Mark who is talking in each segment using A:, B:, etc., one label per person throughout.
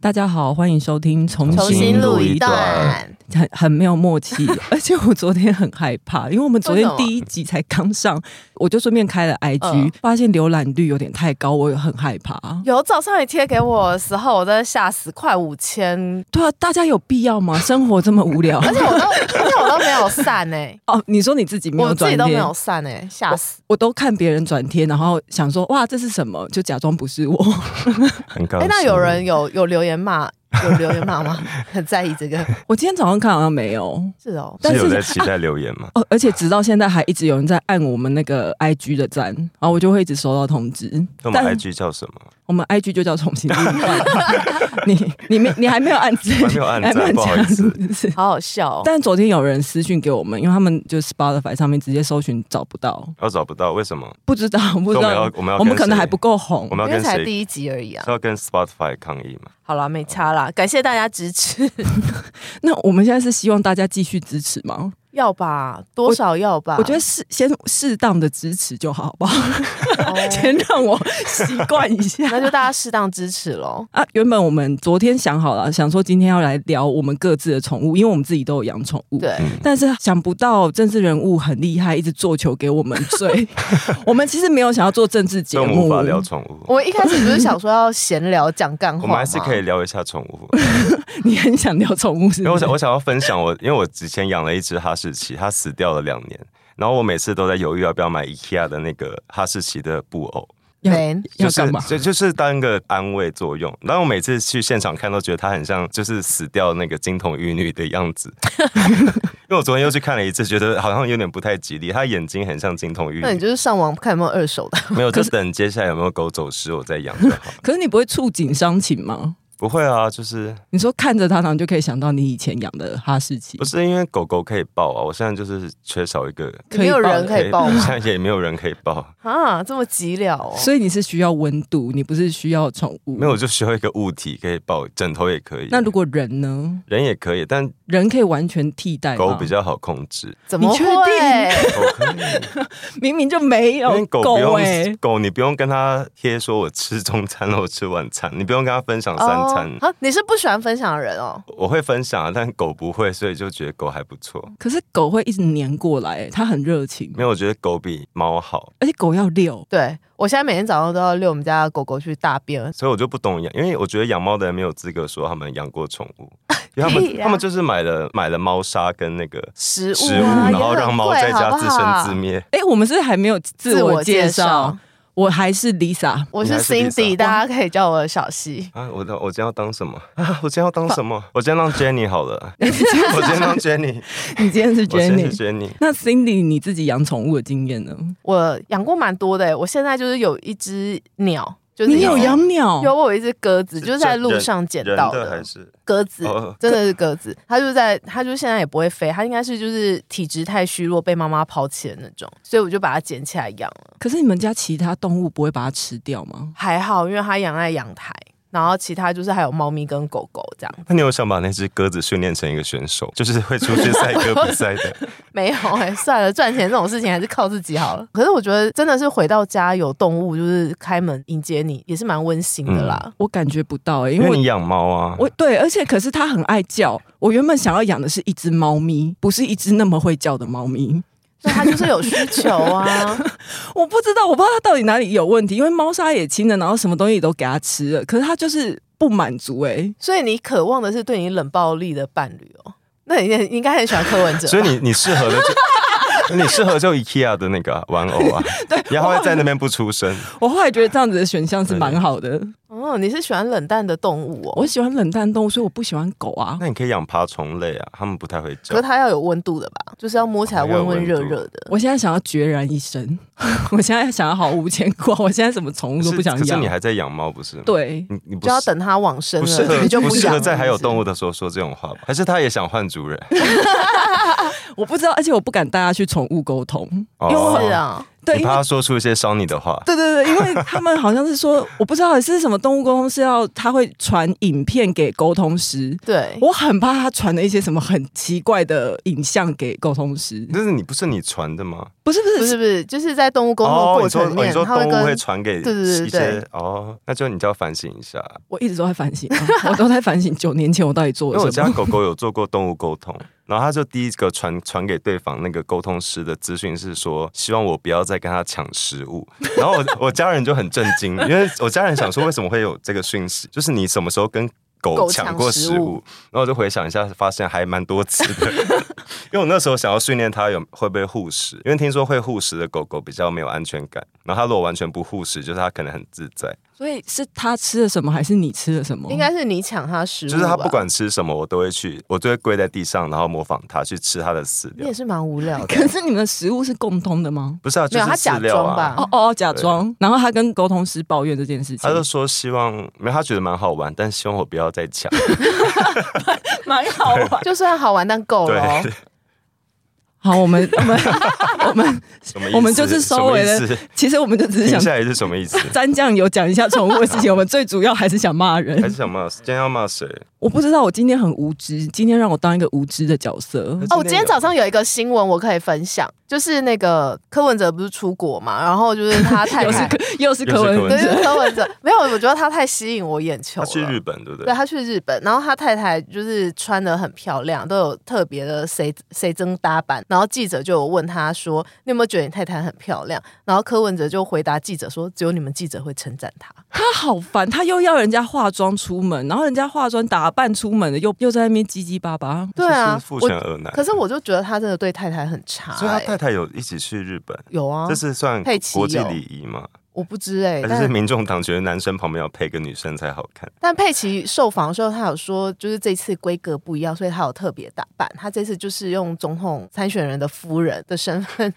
A: 大家好，欢迎收听重
B: 重
A: 新
B: 新
A: 录
B: 录
A: 一
B: 一
A: 段，
B: 段，
A: 很很没有默契， 而且我昨天很害怕，因为我们昨天
B: 为什么
A: 第一集才刚上，我就顺便开了 IG，、
B: 嗯
A: 发现浏览率有点太高，我也很害怕。
B: 有早上你贴给我的时候，我真的吓死，快五千，
A: 对啊，大家有必要 吗？生活这么无聊
B: 而且我都，而且我都没有删哎、
A: 哦。你说你自己没有
B: 我自
A: 转
B: 己都没
A: 贴，
B: 有删哎、吓死！
A: 我都看别人转贴，然后想说哇这是什么，就假装不是我。
C: 很高
B: 哎、
C: 兴。
B: 那有人有有留言骂，有留言骂吗？ 很在意这个，
A: 我今天早上看好像没有，
B: 是哦，
A: 但
C: 是
A: 是
C: 有在期待留言吗？
A: 哦，而且直到现在还一直有人在按我们那个 IG 的赞，然后我就会一直收到通知。
C: 那我们 IG 叫什么？
A: 我们 IG 就叫重新录 一段。你你没你还没有按赞，
C: 还没有按赞
A: 还没
C: 不好意思
A: 讲是
B: 好好笑、哦。
A: 但昨天有人私讯给我们，因为他们就 Spotify 上面直接搜寻找不到，
C: 我找不到，为什么？
A: 不知道不知
C: 所以我们
A: 道
C: 要，我们要跟
A: 可能
C: 谁
A: 还不够红
C: 我。们
B: 因
C: 要
B: 为
C: 跟
B: 才
C: 谁？
B: 第一集而已啊
C: 是，要跟 Spotify 抗议吗？
B: 好啦，没差啦，感谢大家支持，
A: 那我们现在是希望大家继续支持吗？
B: 要吧，多少要吧，
A: 我觉得适先适当的支持就好，好不好？
B: 哦
A: 先让我习惯一下。
B: 那就大家适当支持喽。
A: 啊，原本我们昨天想好了，想说今天要来聊我们各自的宠物，因为我们自己都有养宠物。
B: 对，
A: 但是想不到政治人物很厉害，一直做球给我们 追。我们其实没有想要做政治节
C: 所以我们
A: 目
C: 无，法聊宠物，
B: 我一开始不是想说要闲聊讲干话
C: 我们还是
B: 吗
C: 可以聊一下宠物。
A: 你很想聊宠物是
C: 因为
A: 不
C: 我
A: 是
C: 想，？我想要分享我，因为我之前养了一只哈士奇，它死掉了两年，然后我每次都在犹豫要不要买 IKEA 的那个哈士奇的布偶，
B: 没
A: 要
C: 就是
A: 干嘛？
C: 就就是当一个安慰作用。然后我每次去现场看，都觉得它很像就是死掉那个金童玉女的样子。 因为我昨天又去看了一次，觉得好像有点不太吉利。它眼睛很像金童玉
B: 那你
C: 女，
B: 就是上网看有没有二手的，
C: 没有就等接下来有没有狗走失，我再养就 好。
A: 可是你不会触景伤情吗？
C: 不会啊，就是
A: 你说看着它，然后你就可以想到你以前养的哈士奇
C: 不。是因为狗狗可以抱啊？我现在就是缺少一个
A: 可以
B: 没有
A: 抱
B: 人可以抱
C: 我
B: 吗？
C: 现在也没有人可以抱。
B: 啊，这么急了哦！
A: 所以你是需要温度，你不是需要宠物。
C: 没有，我就需要一个物体可以抱，枕头也可以。
A: 那如果人呢？
C: 人也可以，但
A: 人可以完全替代吗
C: 狗比较好控 制。
B: 怎么
A: 你确定
B: 会？
C: 狗可以，
A: 明明就没
C: 因
A: 有
C: 为狗不用
A: 哎、
B: 欸
C: 狗你不用跟它贴说我吃中餐了，我吃晚餐，你不用跟它分享 三餐。
B: 哦啊，你是不喜欢分享的人哦。
C: 我会分享啊，但狗不会，所以就觉得狗还不错。
A: 可是狗会一直黏过来、它很热情，
C: 没有，我觉得狗比猫好，
A: 而且狗要遛。
B: 对我现在每天早上都要遛我们家的狗狗去大便，
C: 所以我就不懂养，因为我觉得养猫的人没有资格说他们养过宠 物，因为他
B: 屁
C: 们
B: 呀
C: 他们就是买了买了猫砂跟那个
B: 食物
C: 食物，
B: 啊，
C: 然后
B: 也很
C: 让猫
B: 贵
C: 在家自生自，灭。
A: 哎、我们是不是还没有自
B: 好不好
A: 我介绍，。我还是 Lisa。
B: 我是
C: 你还是
B: Cindy，
C: Lisa
B: 大家可以叫我小西。
C: 啊，我的我今天要当什么啊？我今天要当什么？我今天当 Jenny 好 了，
A: 你今天
C: 我今天当 Jenny，
A: 你今天是
C: 我今天是
A: Jenny。
C: Jenny。
A: 那 Cindy，你自己养宠物的经验呢？
B: 我养过蛮多的，欸我现在就是有一只鸟，就是
A: 你
B: 以前
A: 有养鸟？
B: 有我有一只鸽子，就是在路
C: 人
B: 上捡
C: 人
B: 到
C: 的还
B: 的
C: 是
B: 鸽子
C: 哦，
B: 真的是鸽子。它就在，它就现在也不会飞，它应该是就是体质太虚弱，被妈妈抛弃的那种，所以我就把它捡起来养了。
A: 可是你们家其他动物不会把它吃掉吗？
B: 还好，因为它养在阳台，然后其他就是还有猫咪跟狗狗这样。
C: 那你有想把那只鸽子训练成一个选手，就是会出去赛鸽比赛的？
B: 没有 哎、算了，赚钱这种事情还是靠自己好了。可是我觉得真的是回到家有动物，就是开门迎接你，也是蛮温馨的
C: 嗯
B: 啦。
A: 我感觉不到哎、因
C: 因
A: 为
C: 为
A: 我
C: 你养猫啊，
A: 我对，而且可是它很爱叫。我原本想要养的是一只猫咪，不是一只那么会叫的猫咪。
B: 所以它就是有需求 啊，
A: 我不知道，我不知道它到底哪里有问题，因为猫砂也清了，然后什么东西都给它吃了，可是它就是不满足哎、
B: 所以你渴望的是对你冷暴力的伴侣哦。那你你应该很喜欢柯文哲吧，
C: 所以你你适合的就 你适合就 IKEA 的那个啊玩偶啊，对，然后会在那边不出声，
A: 我后来觉得这样子的选项是蛮好的。
B: 哦，你是喜欢冷淡的动物哦，
A: 我喜欢冷淡动物，所以我不喜欢狗啊。
C: 那你可以养爬虫类啊，它们不太会
B: 可是
C: 叫。
B: 它要有温度的吧，就是要摸起来
C: 哦
B: 温温热热的。
A: 我现在想要决然一生， 我现在想要毫无牵挂，我现在什么宠物都不想
C: 是可是你
A: 养。
C: 还在养猫不是吗？，
A: 对，
C: 你你不
B: 就要
C: 是
B: 等它往生
C: 不适
B: 了，
C: 合
B: 你就
C: 不适
B: 养
C: 合
B: 了。
C: 在还有
B: 是不是
C: 动物的时候说这种话吧？还是它也想换主人？
A: 我不知道，而且我不敢带它去宠物沟通，
C: 因
A: 因为我
B: 是啊，
A: 对，
C: 哦你
A: 因
C: 怕
A: 为
C: 他说出一些伤你的话。
A: 对 对对，因为他们好像是说，我不知道是什么动物沟通是要他会传影片给沟通师，
B: 对，
A: 我很怕他传了一些什么很奇怪的影像给沟通师，
C: 就是你不是你传的吗？
A: 不是不是
B: 不是不是，就是在动物沟通的
C: 哦，
B: 过
C: 你说
B: 程里
C: 哦，你
B: 面，
C: 说
B: 它会
C: 动物会
B: 跟
C: 传给
B: 对对对
C: 一
B: 对
C: 些哦，那就你就要反省一下。
A: 我一直都在反省、啊 我都在反省九年前我到底做
C: 因为我
A: 了什
C: 家
A: 么。
C: 狗狗有做过动物沟通，然后它就第一个传传给对方那个沟通师的资讯是说，希望我不要再跟它抢食物。然后我我家人就很震惊，因为我家人想说为什么会有这个讯息，就是你什么时候跟狗
B: 狗
C: 抢
B: 抢
C: 过
B: 食
C: 食物？然后我就回想一下，发现还蛮多次的。 因为我那时候想要训练它有会不会护食，因为听说会护食的狗狗比较没有安全感，然后它如果完全不护食，就是它可能很自在，
A: 所以是他吃了什么，还是你吃了什么？
B: 应该是你抢它食物，啊
C: 就是它不。管吃什么，我都会去，我就会跪在地上，然后模仿它去吃它的饲
B: 你
C: 料
B: 也。是蛮无聊的
A: 可，是你们的食物是共通的吗？
C: 不是啊，就
B: 没有
C: 是
B: 他假
C: 饲料
B: 装吧
C: 啊。
A: 哦哦，假装。然后他跟沟通师抱怨这件事情
C: 他，就说希望，没有他觉得蛮好玩，但希望我不要再抢。
A: 蛮好玩。
B: 就虽然好玩，但 够了哦。
A: 好，我们我们 我们
C: 什么意思？
A: 我们就是收尾
C: 什么 意
A: 了
C: 思。
A: 其实我们就只是
C: 停
A: 想
C: 下来是什么意思？
A: 沾酱油讲一下宠物的事情，我们最主要还是想骂
C: 还
A: 人。
C: 是想骂？今天要骂谁？
A: 我不知道，我今天很无知，今天让我当一个无知的角 色。
B: 哦，我今天早上有一个新闻我可以分享，就是那个柯文哲不是出国嘛，然后就是他太
A: 又是
B: 太，
A: 柯又是柯
C: 哎又是柯
A: 文
C: 文
B: 对，就
A: 哲，啊
B: 是柯文哲没有，我觉得他太吸引我眼球
C: 他
B: 了。
C: 去日本，对不对
B: 对？啊他去日本，然后他太太就是穿的很漂亮，都有特别的谁谁增搭扮。然后记者就有问他说：“你有没有觉得你太太很漂亮？”然后柯文哲就回答记者说：“只有你们记者会称赞她。
A: 他好烦，他又要人家化妆出门，然后人家化妆打扮出门的，又又在那边唧唧巴巴”。
B: 对啊
C: 是，父
B: 我
C: 权二男。
B: 可是我就觉得他真的对太太很差、
C: 所以他
B: 欸
C: 太太有一起去日本，
B: 有啊
C: 这，是算
B: 佩奇
C: 国际
B: 有
C: 礼仪嘛？
B: 我不知哎、
C: 还是
B: 哦但
C: 民众党觉得男生旁边要配个女生才好看？
B: 但佩奇受访的时候，他有说就是这次规格不一样，所以他有特别打扮。他这次就是用总统参选人的夫人的身份，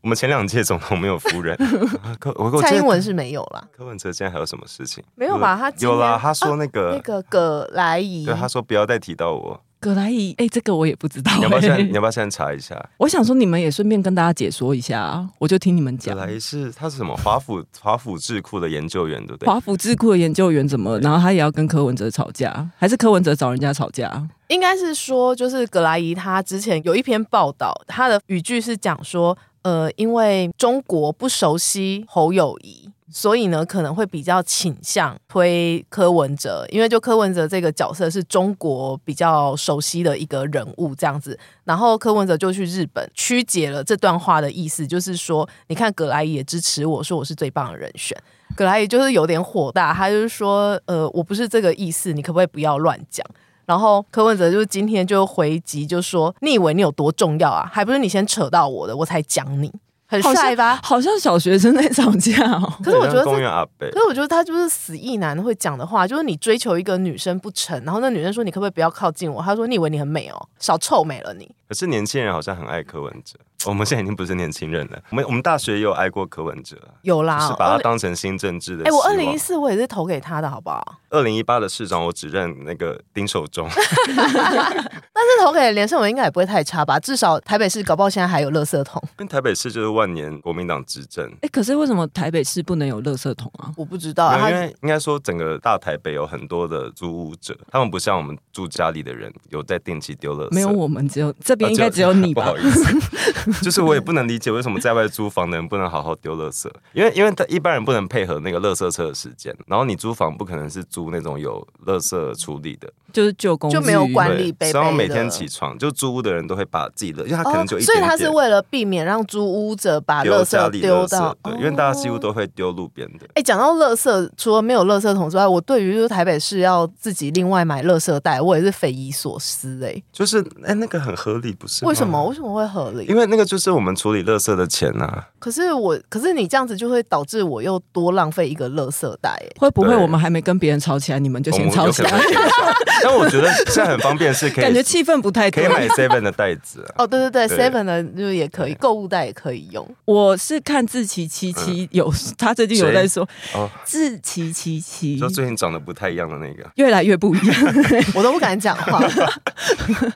C: 我们前两届总统没有夫 人，啊柯我我记
B: 蔡英
C: 得
B: 文是没有啦，
C: 柯文哲今天还有什么事情？
B: 没有吧？他今
C: 有啦，
B: 天哦
C: 他说那
B: 那
C: 个，
B: 个葛莱仪，
C: 对，他说不要再提到 我。
A: 葛莱伊，哎、这个我也不知道、
C: 你要不要现在？
A: 哎
C: 你要不要现在查一 下？
A: 我想说，你们也顺便跟大家解说一下啊，我就听你们
C: 葛
A: 讲。
C: 莱是他是什么华府华府智库的研究员，对不对？
A: 华府智库的研究员怎么，然后他也要跟柯文哲吵架，还是柯文哲找人家吵架？
B: 应该是说，就是葛莱仪她之前有一篇报道，她的语句是讲说，呃，因为中国不熟悉侯友谊。所以呢，可能会比较倾向推柯文哲，因为就柯文哲这个角色是中国比较熟悉的一个人物这样子。然后柯文哲就去日本曲解了这段话的意思，就是说，你看葛莱仪也支持我，说我是最棒的人选。葛莱仪就是有点火大，他就是说，呃，我不是这个意思，你可不可以不要乱讲？然后柯文哲就是今天就回击，就说：“你以为你有多重要啊？还不是你先扯到我的，我才讲你，很
A: 好像
B: 帅吧
A: 好像小学生在吵架 哦？”。
C: 嗯
B: 可是我觉得
C: 公
B: 这，
C: 园阿北
B: 可是我觉得他就是死意男会讲的话，就是你追求一个女生不成，然后那女生说：“你可不可以不要靠近我？”他说：“你以为你很美哦，少臭美了你。
C: 可是年轻人好像很爱柯文哲。哦我们现在已经不是年轻人了，我们我们大学也有爱过柯文哲，”
B: 有啦，
C: 就是把
B: 二
C: 他当成新政治的
B: 哎、
C: 希
B: 啊我
C: 望。
B: 二零一四我也是投给他的，好不好？
C: 二零一八的市长，我只认那个丁守中，
B: 但是投给连胜文应该也不会太差吧？至少台北市搞不好现在还有垃圾桶，
C: 跟台北市就是万年国民党执政。
A: 哎、可是为什么台北市不能有垃圾桶啊？
B: 我不知道。
C: 没有
B: 哦他
C: 因为应该说，整个大台北有很多的租屋者，他们不像我们住家里的人有在定期丢垃圾。
A: 没有，我们只有这边
C: 啊
A: 应该只有你
C: 不
A: 吧
C: 好？意思， 就是我也不能理解为什么在外租房的人不能好好丢垃圾，因为因为他一般人不能配合那个垃圾车的时间，然后你租房不可能是租那种有垃圾处理的，
A: 就是旧公寓
B: 就没有管理杯杯
C: 对，然后每
B: 的
C: 天起床就租屋的人都会把自己的，因为他可能就一
B: 哦所以
C: 点
B: 他是
C: 点
B: 为了避免让租屋者把垃
C: 丢家
B: 圾
C: 里
B: 丢
C: 垃
B: 到
C: 圾，，对，因为大家几乎
B: 哦。
C: 都会丢路边的。
B: 哎、讲到垃圾，除了没有垃圾桶之外，我对于就是台北市要自己另外买垃圾袋，我也是匪夷所思哎、
C: 就是哎、那个很合理，不是？
B: 为什么？？为什么会合理
C: 因？为那个就是我们处理垃圾的钱啊，
B: 可是我，可是你这样子就会导致我又多浪费一个垃圾袋、哎。
A: 会不会
C: 对
A: 我们还没跟别人吵起来，你们就
C: 我们
A: 先
C: 有
A: 吵起
C: 可能
A: 来？
C: 会 但我觉得现在很方便，是可
A: 感觉
C: 以
A: 气氛不太
C: 可
A: 对
C: 以。买 seven 的袋子啊。
B: 哦，对对对
C: 对
B: ，Seven 的就是也可以，
C: 对
B: 购物袋也可以用。
A: 我是看志奇七七有，他最近有
C: 嗯谁
A: 在说
C: 哦，
A: 志奇七七
C: 就最近长得不太一样的那个。
A: 越来越不一样。
B: 我都不敢讲话。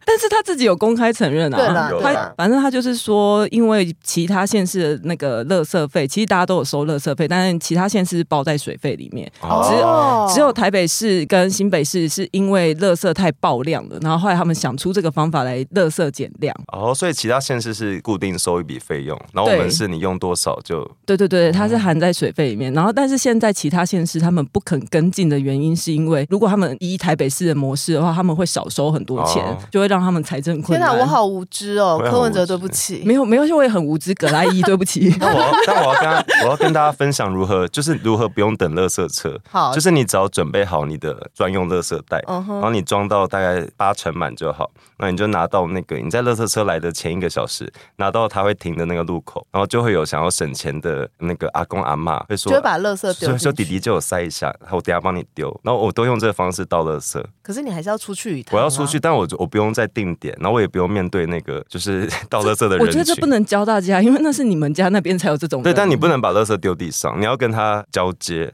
A: 但是他自己有公开承认啊，
B: 对
A: 他
B: 啦
C: 对啦
A: 反正他就是说说，因为其他县市的那个垃圾费，其实大家都有收垃圾费，但是其他县市是包在水费里面，
B: 哦
A: 只有台北市跟新北市是因为垃圾太爆量了，然后后来他们想出这个方法来垃圾减量。
C: 哦，所以其他县市是固定收一笔费用，然后我
A: 对
C: 们是你用多少就
A: 对对对，
B: 哦
A: 它是含在水费里面。然后，但是现在其他县市他们不肯跟进的原因，是因为如果他们依台北市的模式的话，他们会少收很多钱，
C: 哦
A: 就会让他们财政困
B: 天
A: 难。
B: 哪，我好无知哦
C: 我，也好
B: 柯文
C: 无
B: 哲，
C: 知
B: 对不起。
A: 没有没有，我也很无知，葛莱伊，对不 起。
C: 那我要，但我要跟他，我要跟大家分享如何，就是如何不用等垃圾车。
B: 好
C: 就是你只要准备好你的专用垃圾袋，
B: 嗯哼
C: 然后你装到大概八成满就好。那你就拿到那个你在垃圾车来的前一个小时，拿到它会停的那个路口，然后就会有想要省钱的那个阿公阿妈会说
B: 就会。把垃圾丢
C: 就
B: 进
C: 就
B: 去。
C: 弟弟就有塞一下，我等一下帮你丢，然后我都用这个方式倒垃圾。
B: 可是你还是要出去一趟、
C: 我要出去，，但我我不用再定点，然后我也不用面对那个就是 倒垃圾的人
A: 我
C: 群。
A: 觉得这不能教大家，因为那是你们家那边才有这种人。
C: 对，但你不能把垃圾丢地上，你要跟他交接，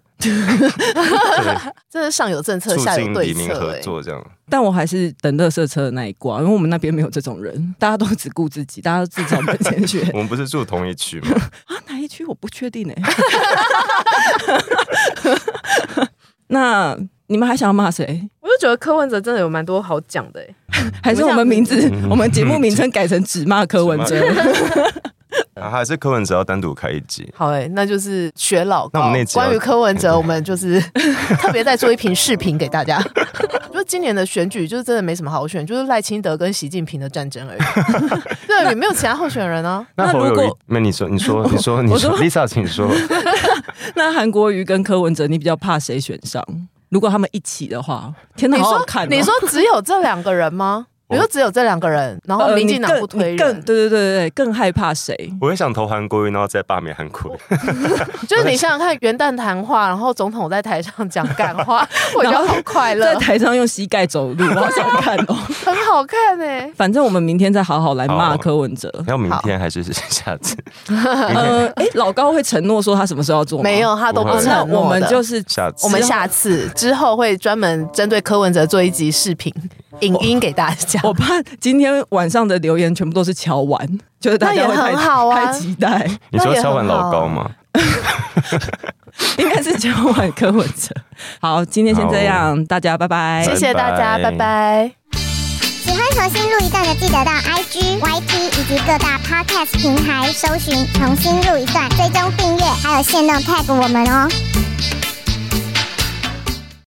B: 这是上有政策，
C: 促
B: 下有
C: 进
B: 对
C: 黎明
B: 策、
C: 合
B: 哎，
C: 作这样。
A: 但我还是等垃圾车的那一挂，因为我们那边没有这种人，大家都只顾自己，大家都自找门前 雪
C: 我们不是住同一区吗？
A: 啊。哪一区我不确定哎、 那你们还想要骂谁？
B: 我就觉得柯文哲真的有蛮多好讲的、哎
A: 还是我们名字，我们节目名称改成只骂柯文哲？
C: 嗯啊，还是柯文哲要单独开一集？
B: 好哎、那就是学老
C: 那我
B: 高
C: 们那集要
B: 关于柯文 哲，我们就是 特别再做一瓶视频给大家。 就是今年的选举，就是真的没什么好选，就是赖清德跟习近平的战争 而已。对，也没有其他候选人啊。
C: 那
A: 那
C: 侯
A: 如
C: 友谊
A: 果，
C: 那你说，你说，你说，你说，Lisa，请说。
A: 那韩国瑜跟柯文哲，你比较怕谁选上？如果他们一起的话，天哪，
B: 你
A: 好
B: 说
A: 好看哦、
B: 你说只有这两个人 吗？
C: 我
B: 你说只有这两个人，然后
A: 呃，
B: 民
A: 你
B: 进党
A: 更
B: 不推
A: 你更
B: 人，
A: 对对对对，对更害怕谁？
C: 我也想投韩国瑜，然后再罢免韩国瑜。
B: 就是你想想看，元旦谈话，然后总统在台上讲干 话，我觉
A: 然
B: 得
A: 后
B: 好快乐
A: 在，台上用膝盖走 路，我好想看哦。
B: 很好看哎、
A: 反正我们明天再好好来骂
B: 啊
C: 好
A: 柯文哲。
C: 要明天还是下次？
A: 呃，哎，老高会承诺说他什么时候要做吗？
B: 没有，他都
C: 不
B: 不
C: 会
A: 啊，那
B: 承
A: 我
B: 诺
A: 们
B: 的。
A: 就是
C: 下次
B: 我们下次之后会专门针对柯文哲做一集视频影音给大家。
A: 我怕今天晚上的留言全部都是乔完，就是大家会
B: 那也
A: 太
B: 很好啊
A: 太期待，
C: 你说
B: 那也很
C: 敲完老高吗？
A: 应该是乔完柯文哲。好，今天先这样，大家拜拜。
B: 谢谢大家，
C: 拜拜
B: 拜拜。
D: 喜欢重新录一段的，记得到 IG、YT 以及各大 Podcast 平台搜寻“重新录一段”，追踪订阅，还有限定 tag 我们哦。